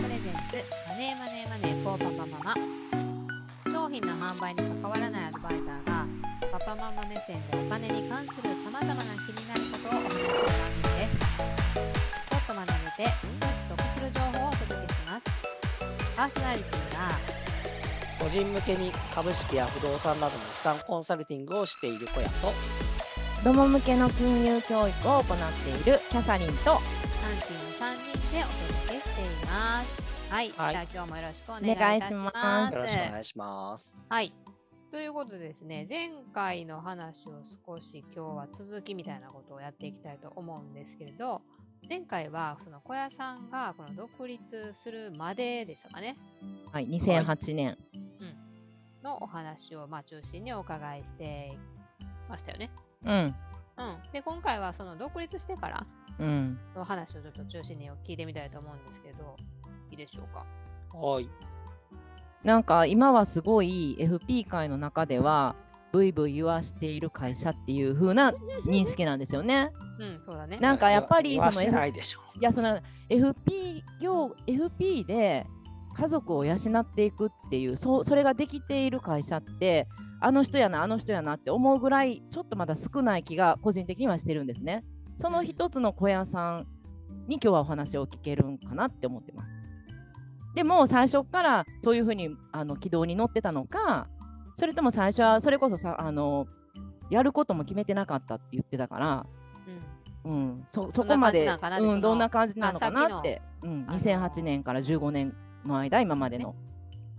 マネーマネーマネーフォーパパママ商品の販売に関わらないアドバイザーがパパママ目線でお金に関するさまざまな気になることをお話しする番組ですちょっと学べてちょっと得する情報をお届けしますパーソナリティが個人向けに株式や不動産などの資産コンサルティングをしている小屋と子供向けの金融教育を行っているキャサリンとサンチーの3人でお届けしていますはい、はいじゃあ今日もよろしくお願いいたしおま願すいよろしくお願いします。はい。ということでですね、前回の話を少し今日は続きみたいなことをやっていきたいと思うんですけれど、前回はその小屋さんがこの独立するまででしたかね、はい、2008年、のお話をまあ中心にお伺いしてましたよね。うん。で、今回はその独立してからうんうんの話をちょっと中心に聞いてみたいと思うんですけど、いいでしょうか。はい。なんか今はすごい FP 界の中ではブイブイ言わしている会社っていう風な認識なんですよね。うん、そうだね。なんかやっぱり言わそしての F- ないでしょ。いやその FP 業 FP で家族を養っていくっていうそうそれができている会社ってあの人やなあの人やなって思うぐらいちょっとまだ少ない気が個人的にはしてるんですね。その一つの小屋さんに今日はお話を聞けるんかなって思ってます。でも最初からそういうふうにあの軌道に乗ってたのかそれとも最初はそれこそさあのやることも決めてなかったって言ってたからうん。うん、そそそんなこま感じでなんかなでうそのん、どんな感じなのかなって、うん、あの2008年から15年の間今までの、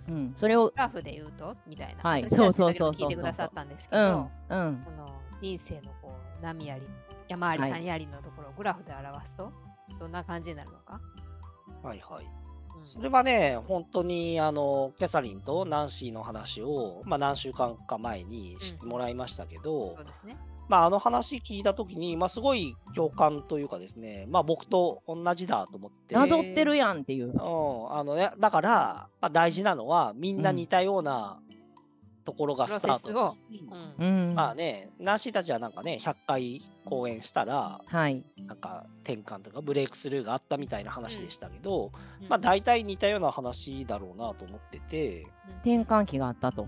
うん、それをグラフで言うとみたいな。はいれそうそう聞そうそうそういてくださったんですけうど、んうんこの人生のこう波あり山ありはい谷ありのところをグラフで表すとどんな感じになるのか、はいはい。うんそれはね、本当にあのキャサリンとナンシーの話を、まあ、何週間か前にしてもらいましたけど、そうですね。まあ、あの話聞いたときに、まあ、すごい共感というかですね、まあ、僕と同じだと思って。なぞってるやんっていうう、ん、あのね、だから、まあ、大事なのは、みんな似たようなところがスタープロトセす。うんうんまあね、ナンシーたちはなんかね、100回公演したら、はいなんか転換とかブレイクスルーがあったみたいな話でしたけど、うんまあ大体似たような話だろうなと思ってて、転換期があったと、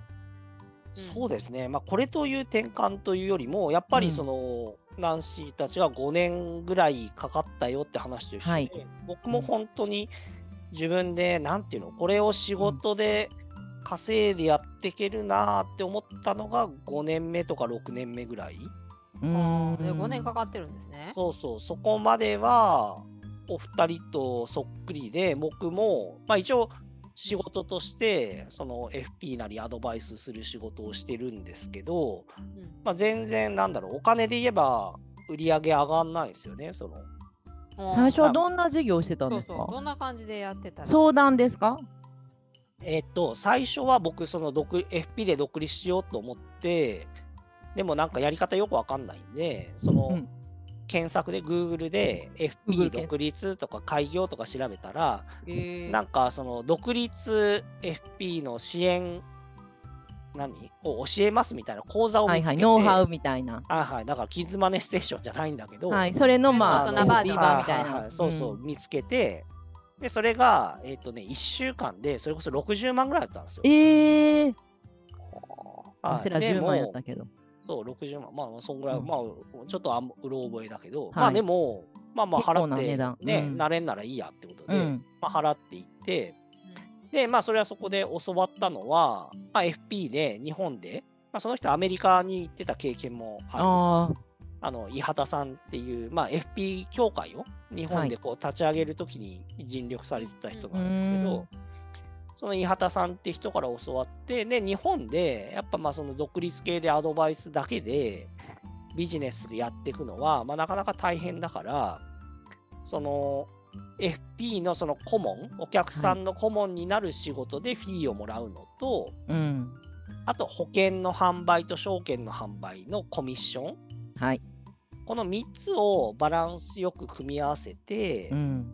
そうですね、まあこれという転換というよりも、やっぱりその、ナンシーたちは5年ぐらいかかったよって話と一緒で、はい僕も本当に自分で、なんていうの、これを仕事で稼いでやっていけるなーって思ったのが5年目とか6年目ぐらい。うあんーで5年かかってるんですね。そうそう、そこまではお二人とそっくりで、僕も、まあ一応仕事として、その FP なりアドバイスする仕事をしてるんですけど、うんまあ全然なんだろう、お金で言えば売り上げ上がんないんですよね、その。最初はどんな授業をしてたんそでうすかそうどんな感じでやってたら相談ですかえっと、最初は僕、その独 FP で独立しようと思って、でもなんかやり方よくわかんないんで、その、うん検索で Google で Google FP 検独立とか開業とか調べたら、えーなんかその独立 FP の支援何を教えますみたいな講座を見つはいけて、はいノウハウみたいなあはいだからキッズマネステーションじゃないんだけど、はいそれのまあ大人バージョン版みたいはははなそうそう、ん見つけてでそれがえっ、とね1週間でそれこそ60万ぐらいだったんですよ。ええー、はい私らで10も万やったけどそう60万まあまあそんぐらい、うんまあちょっとあんうろ覚えだけど、まはあいでもまあまあ結構払なって値段ね、うん慣れんならいいやってことうで、んまあ、払っていって、で、まあ、それはそこで教わったのは、まあ、FP で日本で、まあ、その人アメリカに行ってた経験もある。あああの、伊畑さんっていう、まあ、FP 協会を日本でこう立ち上げるときに尽力されてた人なんですけど、うんその伊畑さんって人から教わって、で、日本で、やっぱまあ、その独立系でアドバイスだけで、ビジネスやっていくのは、まあ、なかなか大変だから、その FP のその顧問、お客さんの顧問になる仕事でフィーをもらうのと、うんあと保険の販売と証券の販売のコミッション、はいこの3つをバランスよく組み合わせて、うん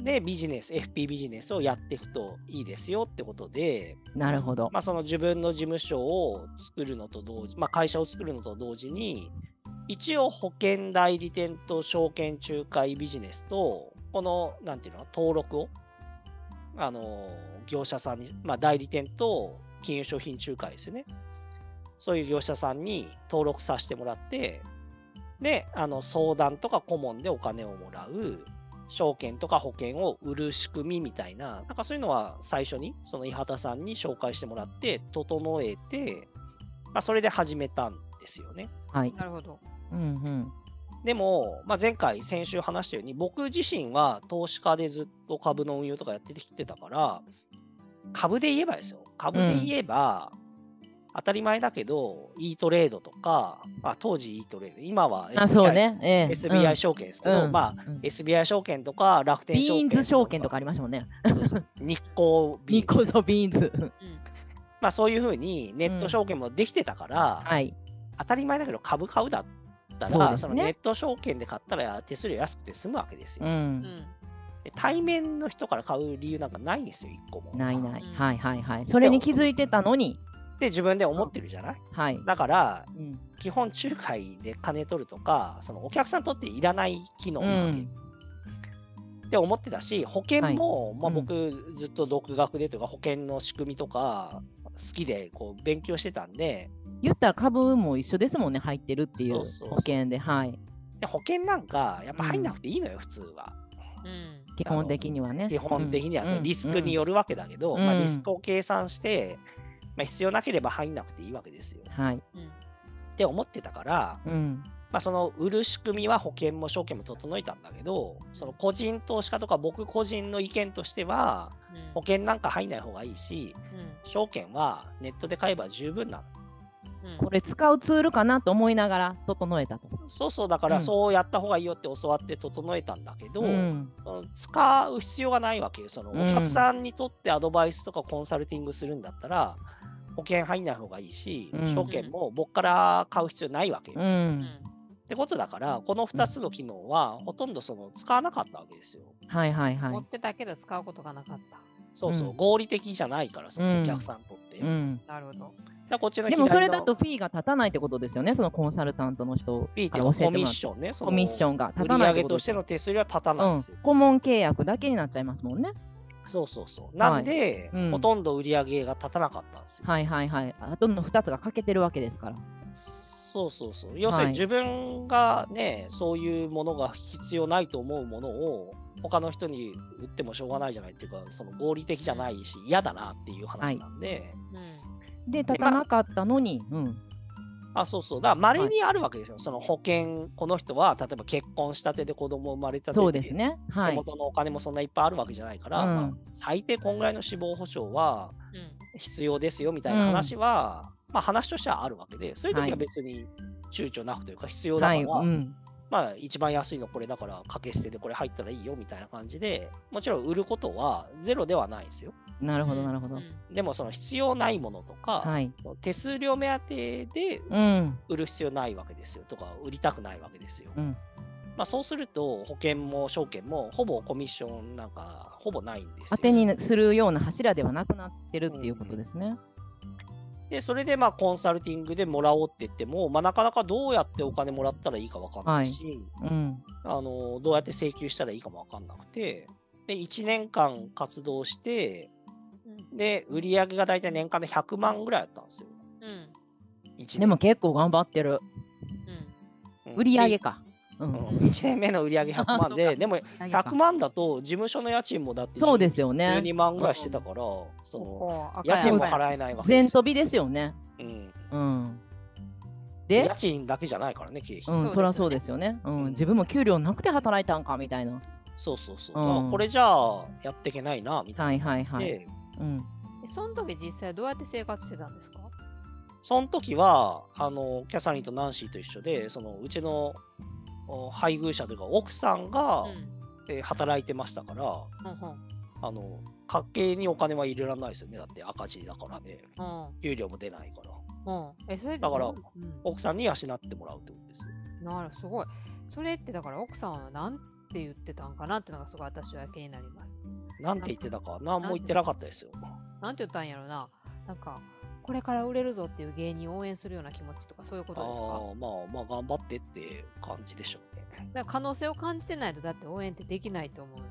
で、ビジネス、FP ビジネスをやっていくといいですよってことで、なるほどまあ、その自分の事務所を作るのと同時、まあ、会社を作るのと同時に、一応保険代理店と証券仲介ビジネスと、この、なんていうの、登録をあの業者さんに、まあ、代理店と金融商品仲介ですよね。そういう業者さんに登録させてもらって、で、あの相談とか顧問でお金をもらう、証券とか保険を売る仕組みみたいな、なんかそういうのは最初に、その伊畑さんに紹介してもらって、整えて、まあ、それで始めたんですよね。はい。なるほど。うんうん。でも、まあ、前回、先週話したように、僕自身は投資家でずっと株の運用とかやってきてたから、株で言えばですよ。株で言えば、当たり前だけど、e トレードとか、まあ、当時 e トレード、今は SBI, あ、そうね。ええ SBI 証券ですけど、まあ、あ、うん SBI 証券とか楽天証ビ券ーンズ証券とかありましたもんね。 日光ビービンコズ。ゾビーンズ。 うん。まあそういうふうにネット証券もできてたから、はい。当たり前だけど株買うだったそうら、ですそのねネット証券で買ったら手数料安くて済むわけですよ。う。うんん。で対面の人から買う理由なんかないんですよ、一個も。ないないうん。はいはいはい。それに気づいてたのに。って自分で思ってるじゃないはい。だから、うん。基本仲介で金取るとか、そのお客さんにとっていらない機能うなわけん。って思ってたし、保険も、まあ、うん僕ずっと独学でというか、保険の仕組みとか好きでこう勉強してたんで言ったら株も一緒ですもんね、入ってるっていうそ保うそうそう険で、はい。で保険なんかやっぱ入んなくていいのよ、普通は。うん。基本的にはね。基本的にはそううんリスクによるわけだけど、うんまあ、うんリスクを計算して、まあ、必要なければ入んなくていいわけですよ。うんはい。うん。って思ってたから、うん。まあ、その売る仕組みは保険も証券も整えたんだけど、その個人投資家とか僕個人の意見としては、うん保険なんか入んない方がいいし、うん証券はネットで買えば十分なの。うんこれ使うツールかなと思いながら整えたと。そうそう、だかうらんそうやった方がいいよって教わって整えたんだけど、うん。その使う必要がないわけよ。そのうんお客さんにとってアドバイスとかコンサルティングするんだったら、保険入んない方がいいし、うん証券も僕から買う必要ないわけよ。うっうんん。てことだから、この2つの機能はほとんどその使わなかったわけですよ。はいはいは持いっ。てたけど使うことがなかった。そうそう、うん合理的じゃないから、そのうんお客さんにとって。だうかん。なるほど。らこっちのでもそれ左だのとフィーが立たないってことですよね、そのコンサルタントの人フィーってかいらうか教えてコもらミッうションね、そのコミッションが立売たないって上こととしての手数料は立たうないんんですよ。、顧問契約だけになっちゃいますもんね。そうそうそう。なんで、うんほとんど売り上げが立たなかったんですよ。はいはいはい。あとの2つが欠けてるわけですから。そうそうそう。要するはにい自分がね、そういうものが必要ないと思うものを他の人に売ってもしょうがないじゃないっていうか、その合理的じゃないし嫌だなっていう話なんで、うん。で、立たなかったのに、うん。あそうそう。だから稀にあるわけですよ。その保険、この人は例えば結婚したてで子供生まれたてそうですね。は手い。元のお金もそんないっぱいあるわけじゃないから、うんまあ最低こんぐらいの死亡保障はうん。必要ですよみたいな話は、まあ話としてはあるわけで、そういう時ははい別に躊躇なくというか必要だかはら、い。うん。まあ一番安いのこれだから掛け捨てでこれ入ったらいいよみたいな感じで、もちろん売ることはゼロではないんですよ。なるなほどなるほど。でもその必要ないものとか、はい。その手数料目当てでうん。売る必要ないわけですよとか売りたくないわけですよ。うんまあそうすると保険も証券もほぼコミッションなんかほぼないんです当よ。てにするような柱ではなくなってるっていうことですね。で、それでまあコンサルティングでもらおうって言っても、まあ、なかなかどうやってお金もらったらいいかわかんないし、うん。あのどうやって請求したらいいかもわかんなくて、で、1年間活動して、うん。で、売り上げが大体年間で100万ぐらいだったんですよ。うん。 1年でも結構頑張ってる。うん。うん売り上げか。うでうんん。 1年目の売り上げ100万 そうで、かでも100万だと事務所の家賃もだってそうですよね。 12万ぐらいしてたから、そのここ家賃もう。払えないわけ全ですよ。飛びですよね。うん、うん。家で、賃だけじゃないからね、経費。うん、そそうですよねりゃそうですうよね。うんん、自分も給料なくて働いたんかみたいな。そうそうそう。うんだからこれじゃあやっていけないな、みたはいいはいな感はじで。い。うん。えその時実際どうやって生活してたんですかその時は、あの、キャサリンとナンシーと一緒で、そのうちのお配偶者というか、奥さんが、うん。えー働いてましたから、ほんほん。あの、家計にお金は入れられないですよね。だって赤字だからね。うん。給料も出ないから。うん。え、それってだからうん奥さんに養ってもらうってことですよ。なるすごい。それってだから奥さんはなんて言ってたんかなってのがすごい私は気になります。なんて言ってたか、何も言ってなかったですよ。なんて言ったんやろな。なんか、これから売れるぞっていう芸人を応援するような気持ちとかそういうこああとですかー、まあまあ、頑張ってって感じでしょう ね。だから可能性を感じてないとだって応援ってできないと思うん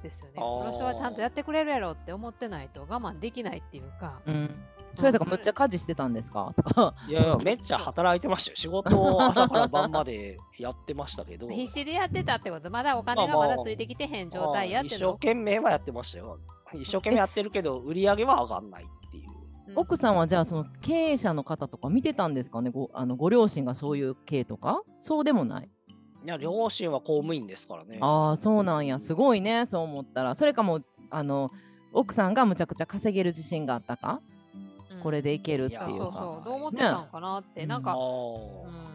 ですよね。あー殺しはちゃんとやってくれるやろって思ってないと我慢できないっていうか。、うん。それだからむっちゃ家事してたんですかとか。いやいや、めっちゃ働いてましたよ。仕事を朝から晩までやってましたけど 必死でやってたってこと、まだお金がまあままあだついてきてへん状態やっあーて一生の。懸命はやってましたよ。一生懸命やってるけど、売り上げは上がんないっていう。うん奥さんはじゃあその経営者の方とか見てたんですかねごあのご両親がそういう系とかそうでもないいや、両親は公務員ですからね。ああそうなんやすい。ごいねそう思ったらそれかもうあの奥さんがむちゃくちゃ稼げる自信があったか、うんこれでいけるっていそううかいやそうそう、どう思ってたんかなって、ねなんあか、うーん、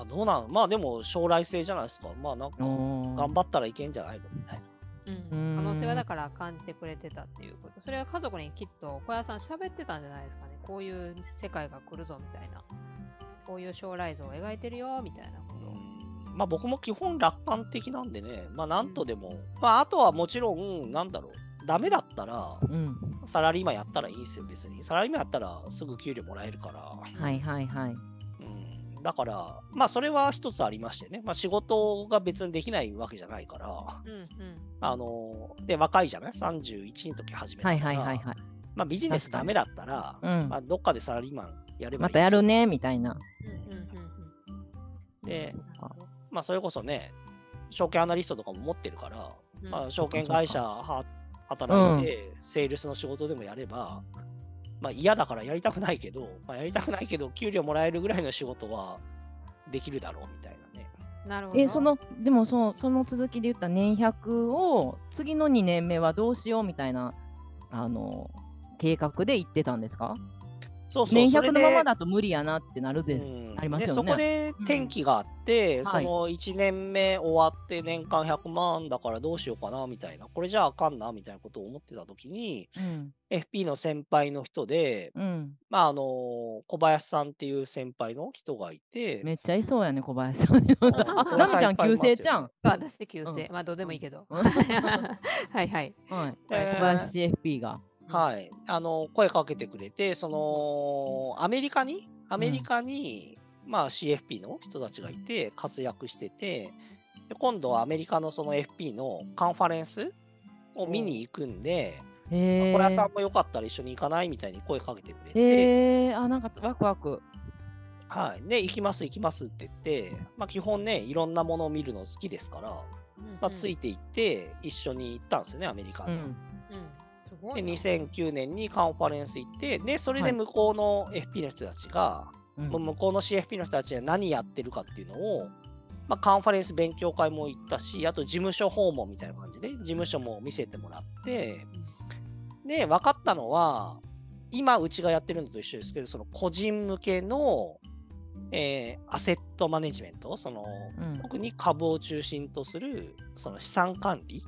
あ。どうなんまあでも将来性じゃないですか。まあなんか、おー頑張ったらいけんじゃないのみたいな。うんうーん可能性はだから感じてくれてたっていうことそれは家族にきっと小屋さん喋ってたんじゃないですかねこういう世界が来るぞみたいなこういう将来像を描いてるよみたいなことをまあ僕も基本楽観的なんでね、まあなんとでも、まああとはもちろん、なんだろう、ダメだったら、うんサラリーマンやったらいいんですよ、別に。サラリーマンやったらすぐ給料もらえるから。はいはいはいうん、だから、まあそれは一つありましてね、まあ仕事が別にできないわけじゃないから、うんうんあの、で、若いじゃない ?31 の時始めたはかいら、はいはいはいまあビジネスダメだったら、うんまあどっかでサラリーマンやればいいましたやるねみたいなうんうんうんでうんなるほどまあそれこそね、証券アナリストとかも持ってるから、うんまあ、証券会社は働いて、セールスの仕事でもやれば、まあ嫌だからやりたくないけど、まあ、やりたくないけど、給料もらえるぐらいの仕事はできるだろうみたいなね。なるほどえそのでもそのその続きで言った年100を次の2年目はどうしようみたいなあの計画で言ってたんですかそうそう年それ100でのままだと無理やなってなるです、うんありまですよねそこで転機があって、んその1年目終わって年間100万だからどうしようかなみたいな、これじゃああかんなみたいなことを思ってた時に、うん、 FP の先輩の人で、うん、まああの小林さんっていう先輩の人がいて、めっちゃいそうやね小林さん。 あ あナミちゃん旧姓ちゃん。。そう私で旧姓、うまあどうでもいいけど、うん はいはいはい、小えー林 CFP が。はい、あの声かけてくれて、そのアメリカに、アメリカに、まあ、CFP の人たちがいて、活躍してて、で今度はアメリカのその FP のカンファレンスを見に行くんで、へえ。小屋さんもよかったら一緒に行かないみたいに声かけてくれて、へえ、あなんかワクワク。はい、で、行きます、行きますって言って、まあ、基本ね、いろんなものを見るの好きですから、まあ、ついて、て行って、一緒に行ったんですよね、アメリカうに。ん。うん、すごでいな2009年にカンファレンス行ってでそれはでい向こうの FP の人たちが、うんもう向こうの CFP の人たちが何やってるかっていうのを、まあ、カンファレンス勉強会も行ったしあと事務所訪問みたいな感じで事務所も見せてもらってで分かったのは今うちがやってるのと一緒ですけどその個人向けの、えーアセットマネジメントそのうん特に株を中心とするその資産管理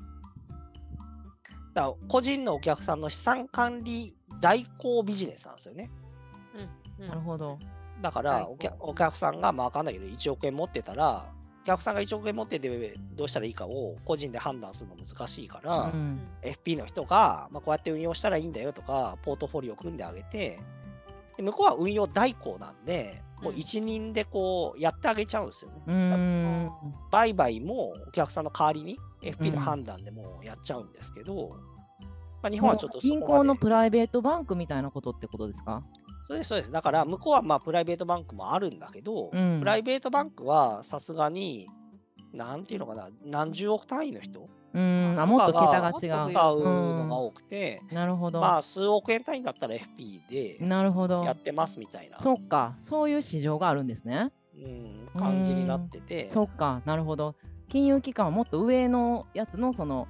だから個人のお客さんの資産管理代行ビジネスなんですよねうんうんなるほど。だか代ら行お客お客さんがまあ分かんないけど1億円持ってたらお客さんが1億円持っててどうしたらいいかを個人で判断するの難しいから、ううんん FP の人が、まあ、こうやって運用したらいいんだよとかポートフォリオ組んであげてで向こうは運用代行なんでもう一人でこうやってあげちゃうんですよね。うーん。売買もお客さんの代わりにう FP んの判断でもうやっちゃうんですけど、まあ、日本はちょっとそこま銀で行のプライベートバンクみたいなことってことですか。そうですそうですだから向こうはまあプライベートバンクもあるんだけど、うんプライベートバンクはさすがになんていうのかな何十億単位の人うーん。あもっと桁が違もっと違。う使うのが多くて、なるほど。まあ数億円単位だったら FP でなるほやどっ。てますみたいな、そっか。そういう市場があるんですね。うん、感じになってて。そっか、なるほど。金融機関はもっと上のやつのその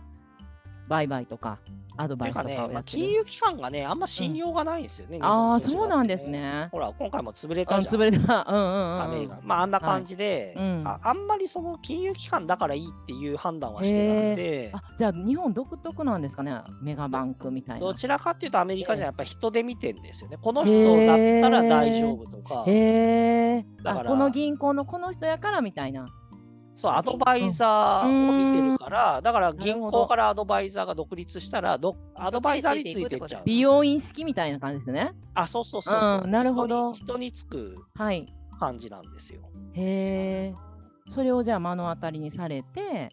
売買とかアドバてイスとかかをね、まやあ、ってる。金融機関がね、あんま信用がないんですよね。日本あの投あ、資家そうなんです。ね。ほら、今回も潰れうん、たじゃん。潰れた。 うんうんアメうんうリん。カ、まあ、あんな感じで、はいうんああんまりその金融機関だからいいっていう判断はしてなくて、あじゃあ日本独特なんですかね、メガバンクみたいなど。ちらかっていうとアメリカじゃやっぱ人で見てんですよね。この人だっへーたら大丈夫とか、へえだからこの銀行のこの人やからみたいな。そうアドバイザーを見てるから、だから銀なるほ行どからアドバイザーが独立したらどアドバイザーについてっちゃうんです美よ。容院式みたいな感じですね。あ、そうそうそうそう、うんなるほど人に。人につくはい。感じなんですよ。へえ。それをじゃあ目の当たりにされて、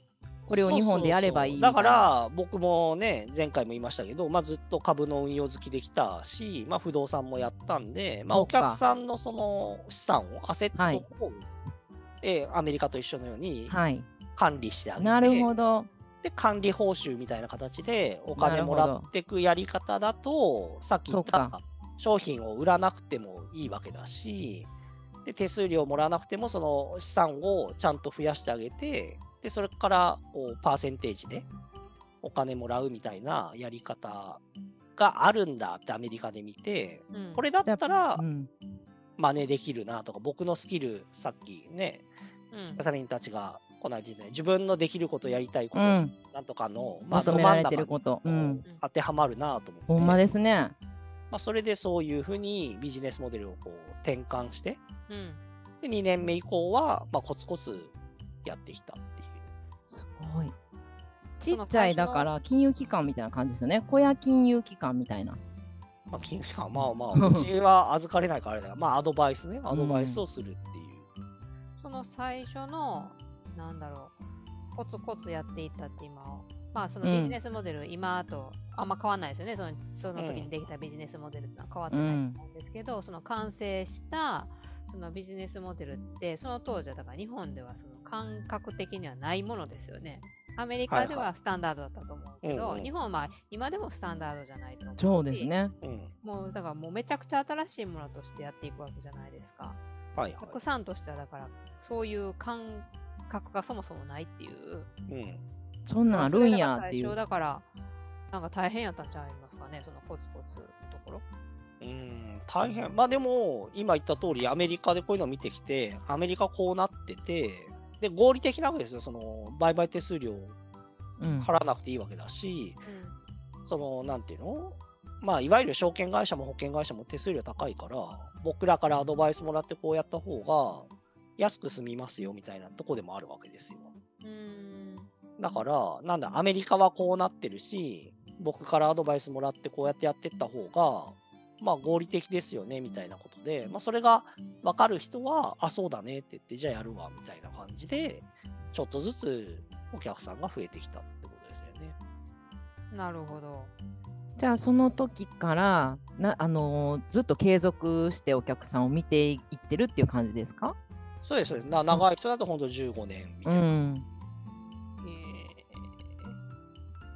これを日本でやればいいみただいかなら僕もね前回も言いましたけど、まあ、ずっと株の運用好きできたし、まあ、不動産もやったんで、まあ、そうおか客さんのその資産をアセはッいトを、えーアメリカと一緒のようにはい、管理してあげて、なるほど。で管理報酬みたいな形でお金もらってくやり方だとさっき言っそうたか商品を売らなくてもいいわけだしで手数料もらわなくてもその資産をちゃんと増やしてあげてでそれからこうパーセンテージでお金もらうみたいなやり方があるんだってアメリカで見てうんこれだったらうん、真似できるなとか僕のスキルさっきねうんキャサリンたちがこの間言ってたように自分のできることやりたいこうとん、なんとかの、まあ、求どめ真らんれ中てにること。うん、当てはまるなと思って、ほんまですね。まあ、それでそういうふうにビジネスモデルをこう転換してうんで2年目以降は、まあ、コツコツやってきたっていうすごい。ちっちゃいだから金融機関みたいな感じですよね。小屋金融機関みたいな。まあ金 融機関まあまあうちは預かれないからあれだがまあアドバイスねアドバイスをするっていう、その最初のなんだろうコツコツやっていったって今をまあそのうんビジネスモデル、今とあんま変わらないですよねそのその時にできたビジネスモデルってのは変わってないと思うんですけど、その完成したそのビジネスモデルってその当時はだから日本ではその感覚的にはないものですよね。アメリカではいははスタンダードだったと思うけど、うんうん日本はまあ今でもスタンダードじゃないと思うしそうですね。うんもうだからもうめちゃくちゃ新しいものとしてやっていくわけじゃないですか。はいはお客さんとしてはだからそういう感覚がそもそもないっていう。い、うん、そんなんあるんやっていそれう。だから最初だからなんか大変やったんちゃいますかねそのコツコツのところ。うん大変まあでも今言った通りアメリカでこういうのを見てきてアメリカこうなっててで合理的なわけですよその売買手数料うん。払わなくていいわけだし、その、なんていうのまあ、いわゆる証券会社も保険会社も手数料高いから、僕らからアドバイスもらってこうやった方が安く済みますよみたいなとこでもあるわけですよ。うん。うんだから、なんだ、アメリカはこうなってるし、僕からアドバイスもらってこうやってやってった方が、まあ合理的ですよねみたいなことで、まあそれが分かる人は、あ、そうだねって言って、じゃあやるわみたいな感じで、ちょっとずつお客さんが増えてきたってことですよね。なるほど。じゃあその時からなあのーずっと継続してお客さんを見ていってるっていう感じですか？そうです、そうです。な長い人だと本当15年見うてます。ん。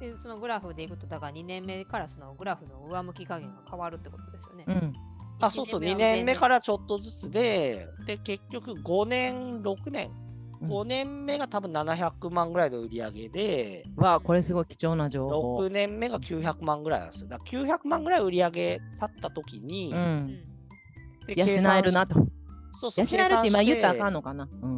へえでそのグラフでいくとだから2年目からそのグラフの上向き加減が変わるってことですよね。。うん。あ、そうそう、2年目かららちょっとずつで、で、結局5年、6年、うん5年目が多分700万ぐらいの売り上げで、わあこれすごい貴重な情報6。年目が900万ぐらいなんですよ。だから900万ぐらい売り上げ立った時に、う。うんんで養計算えるなしと。そうそう、養えるって今言ったらあかの。んのかな。うん。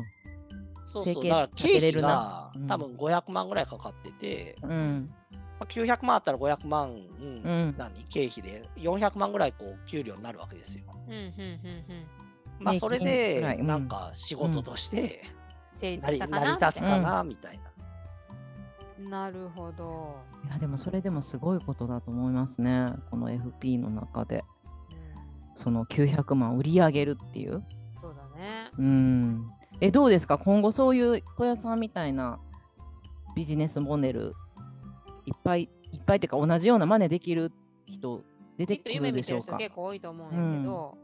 そう生そう、計だから経立て費れるがなうん多分500万ぐらいかかってて、うん。まあ、900万あったら500万、うんうん何経費で400万ぐらいこう給料になるわけですよ。うんうんうんうん。まあねそれ金ぐらでいうんなんか仕事として成立成りしたかな成りみたい立つかなみたいな。ななるほど。いやでもそれでもすごいことだと思いますね。この FP の中でうんその900万売り上げるっていう。そうだね。うん。えどうですか今後そういう小屋さんみたいなビジネスモデルいっぱいいっぱいっていうか同じような真似できる人き出てっとくる夢で見してょるう人か。結構多いと思うんやけど、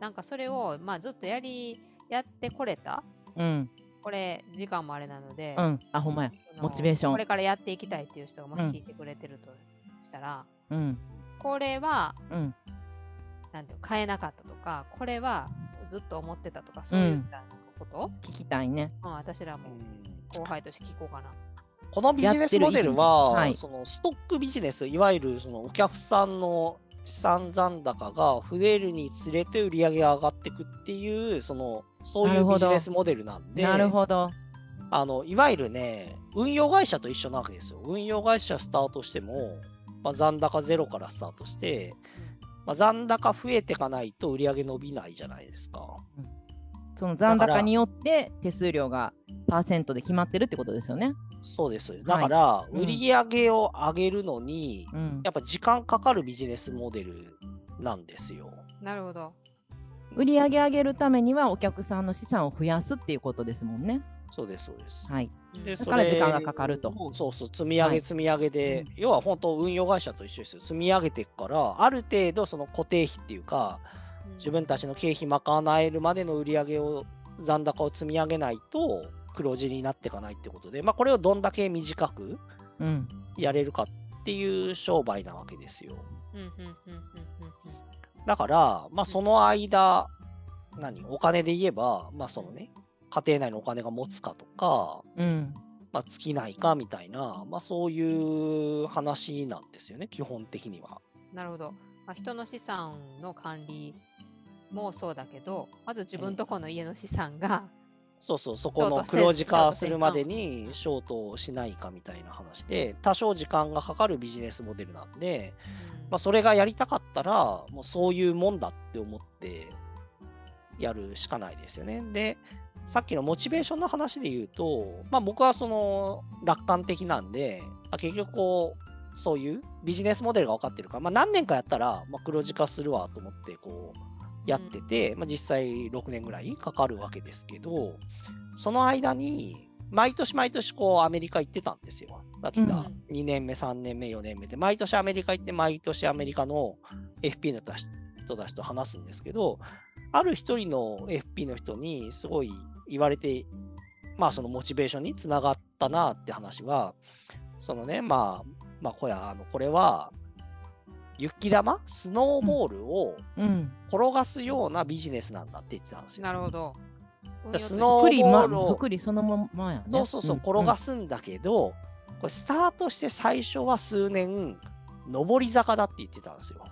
なんかそれを、まあ、ずっとやりやってこれたうんこれ時間もあれなので、うん。あほんまや。そのモチベーションこれからやっていきたいっていう人がもしうん聞いてくれてるとしたら、うんこれはうんなんていうの変えなかったとかこれはずっと思ってたとかそういったなんかこと、聞きたいね。まあ私らも後輩として聞こうかな。このビジネスモデルは、やってる意味はいそのストックビジネス、いわゆるそのお客さんの資産残高が増えるにつれて売り上げが上がっていくっていう、そのそうないるうほビどジネスモデルなんで、なるほど。あのいわゆるね、運用会社と一緒なわけですよ。運用会社スタートしても、まあ、残高ゼロからスタートして、まあ、残高増えていかないと売り上げ伸びないじゃないですか。その残だから高によって手数料がパーセントで決まってるってことですよね。そうですそうです。だはいから、うん売り上げを上げるのに、うんや。っぱ時間かかるビジネスモデルなんですよ。なるほど。売り上げ上げるためにはお客さんの資産を増やすっていうことですもんね。そうです、そうです。はい、うんでだそかられ時間がかかると。もうそうそう、積み上はげい積み上げで、う要は本当、運用会社と一緒ですよ。積み上げていくから、ある程度、その固定費っていうか、自分たちの経費賄えるまでの売り上げを、残高を積み上げないと、黒字になっていかないってことで、まあ、これをどんだけ短くうん、やれるかっていう商売なわけですよ。うんうんうんうんうんだから、まあ、その間、何、お金で言えば、まあ、そのね、家庭内のお金が持つかとか、うん、まあ、尽きないかみたいな、まあ、そういう話なんですよね、基本的には。うんなるほど、まあ、人の資産の管理もそうだけどまず自分とこの家の資産が、そうそう、そこショーのトせ黒字化するまでショートせにショートをしないかみたいな話で、多少時間がかかるビジネスモデルなんで、まあ、それがやりたかったら、もうそういうもんだって思ってやるしかないですよね。で、さっきのモチベーションの話で言うと、まあ、僕はその楽観的なんで、あ結局こう、そういうビジネスモデルが分かってるから、まあ、何年かやったら、まあ、黒字化するわと思ってこうやってて、まあ、実際6年ぐらいかかるわけですけど、その間に、毎年毎年こうアメリカ行ってたんですよ。だってうなん2年目、3年目、4年目で、毎年アメリカ行って、毎年アメリカの FP のたし人たちと話すんですけど、ある一人の FP の人にすごい言われて、まあそのモチベーションにつながったなって話は、そのね、まあ、まあこや、あの、これは、雪玉スノーボールをうん、転がすようなビジネスなんだって言ってたんですよ。なるほどだスふノっくり、ま、ボールをふっくりそのままやね。そうそうそう、ん転がすんだけど、これスタートして最初は数年、上り坂だって言ってたんですよ。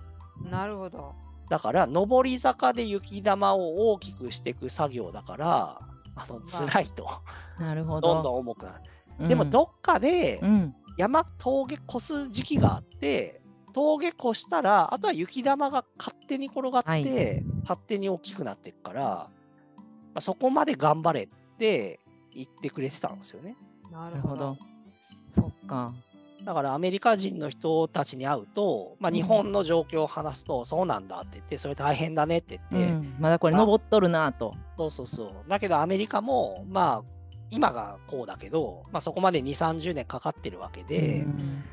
なるほどだから、上り坂で雪玉を大きくしていく作業だから、あの辛いと、うんなるほど。どんどん重くなる。うんでも、どっかでうん、山、峠越す時期があって、峠越したら、あとは雪玉が勝手に転がって、はい勝手に大きくなっていくから、まあそこまで頑張れって言ってくれてたんですよね。ななるるほほどど。そっか。だからアメリカ人の人たちに会うと、まあ、うん日本の状況を話すと、そうなんだって言って、それ大変だねってう言って、ん、まだこれ登っとるなと。そうそうそう。だけどアメリカも、まあ、今がこうだけど、まあ、そこまで2、30年かかってるわけで、うん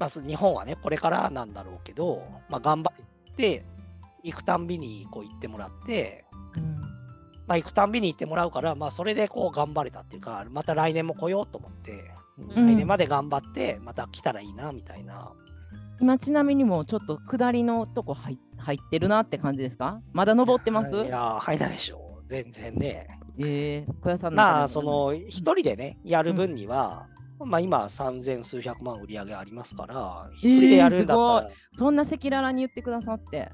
まあ、そ日本はね、これからなんだろうけど、まあ、頑張って、行くたんびにこう行ってもらって、うんまあ、行くたんびに行ってもらうから、まあ、それでこう頑張れたっていうか、また来年も来ようと思って、うん来年まで頑張って、また来たらいいなみたいな。今ちなみにもうちょっと下りのとこ入っ入ってるなって感じですかまだ登ってますいやー、入らないでしょ。全然ね。ええ小屋さんのまあ、下そりもの、一人でね、やる分には、まあ今、三千数百万売り上げありますから、一人でやるんだったらそんな赤裸々に言ってくださって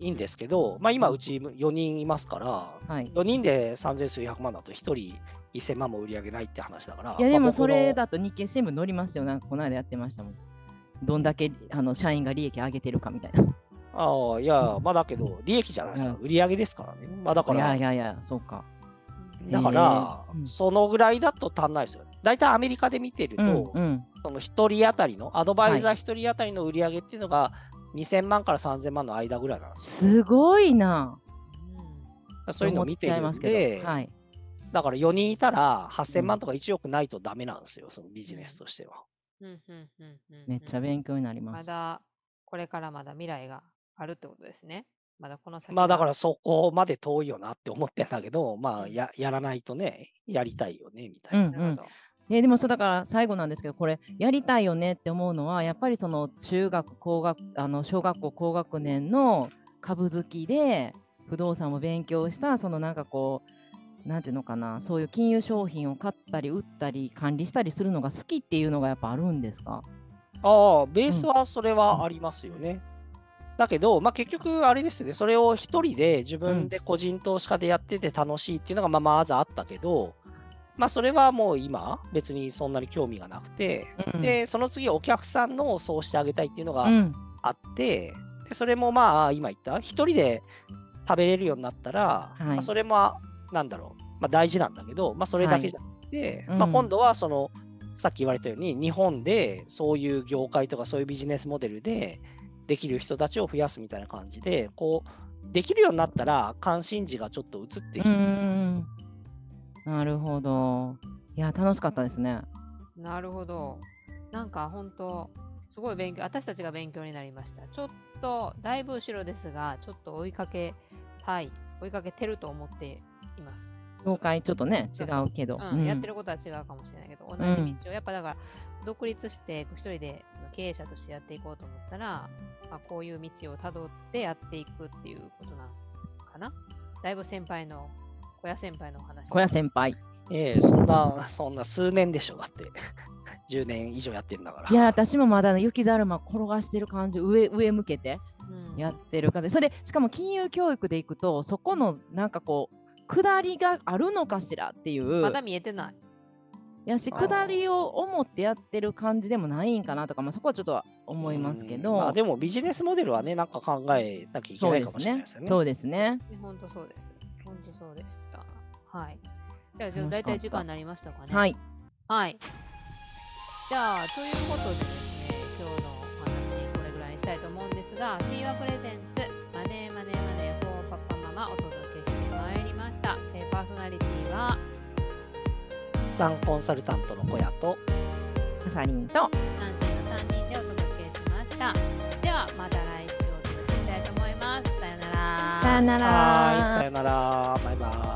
いいんですけど、まあ今、うち4人いますから、はい4人で三千数百万だと一人1000万も売り上げないって話だから、いやでまあも僕のそれだと日経新聞載りますよなんかこの間やってましたもんどんだけあの社員が利益上げてるかみたい なああ、いや、まあだけど、利益じゃないですか、うん売り上げですからね。まあだかいやらい、やいやそうかだからえーう、んそのぐらいだと足んないですよ。大体アメリカで見てると、うんうんその一人当たりの、アドバイザー一人当たりの売り上げっていうのが、2000万から3000万の間ぐらいなんですよ。すごいなそういうのを見てる思っんちゃいますでけ、どはいだから4人いたら8000うん万とか1億ないとダメなんですよ、そのビジネスとしては。めっちゃ勉強になりまますだこれからまだ未来があるってことですねまだこの先まあだからがそこまで遠いよなって思ってんだけど、まあややらないとね、やりたいよね、みたいな。うんなるほどえでもそうだから最後なんですけどこれやりたいよねって思うのはやっぱりその中学高学あの小学校高学年の株好きで不動産を勉強したそのなんかこうなんていうのかなそういう金融商品を買ったり売ったり管理したりするのが好きっていうのがやっぱあるんですかああ、ベースはそれはありますよね。だけど、まあ、結局、あれですよね、それを一人で自分で個人投資家でやってて楽しいっていうのが、まあ、まずあったけど、まあ、それはもう今、別にそんなに興味がなくて、うんで、その次、お客さんのそうしてあげたいっていうのがうんあって、でそれもまあ、今言った、一人で食べれるようになったら、はいまあそれもあ、なんだろう、まあ、大事なんだけど、まあ、それだけじゃなくて、まあ、うん今度はその、さっき言われたように、日本でそういう業界とかそういうビジネスモデルでできる人たちを増やすみたいな感じで、こう、できるようになったら関心事がちょっと移ってきうて、ーんなるほどいや楽しかったですね。なるほど。なんか本当すごい勉強、私たちが勉強になりました。ちょっと、だいぶ後ろですが、ちょっと追いかけたい、追いかけてると思っています。業界ちょっとね違そうそううけど、うんうんやってることは違うかもしれないけど、同じ道を、やっぱだから、独立して、一人でその経営者としてやっていこうと思ったら、まあ、こういう道をたどってやっていくっていうことなのかな。だいぶ先輩の、小屋先輩のお話。小屋先輩ええそんな、そんな数年でしょ、だって。10年以上やってんだから。いや私もまだね雪だるま転がしてる感じ上上向けてうんやってる感じそれでしかも金融教育でいくとそこのなんかこう下りがあるのかしらっていう、まだ見えてない。やしあー下りを思ってやってる感じでもないんかなとか、まあ、そこはちょっと思いますけど、うんまあでもビジネスモデルはね、なんか考えなきゃいけそうないでかもすしれないねですよね。そうですね本当そうです。本当そうでした。はい。じゃあ、じゃあ楽しか大った体時間になりましたかね。。はいいはい。じゃあ、ということでですね、今日のお話、これぐらいにしたいと思うんですが、フィーワプレゼンツ、マネーマネーマネーフォーパパママ、お届けしてまいりました。えーパーソナリティは、資産コンサルタントの小屋と、ササリンと男子の3人でお届けしました。では、また来週お届けしたいと思います。さよなら。さよならはーい、さよなら、バイバイ。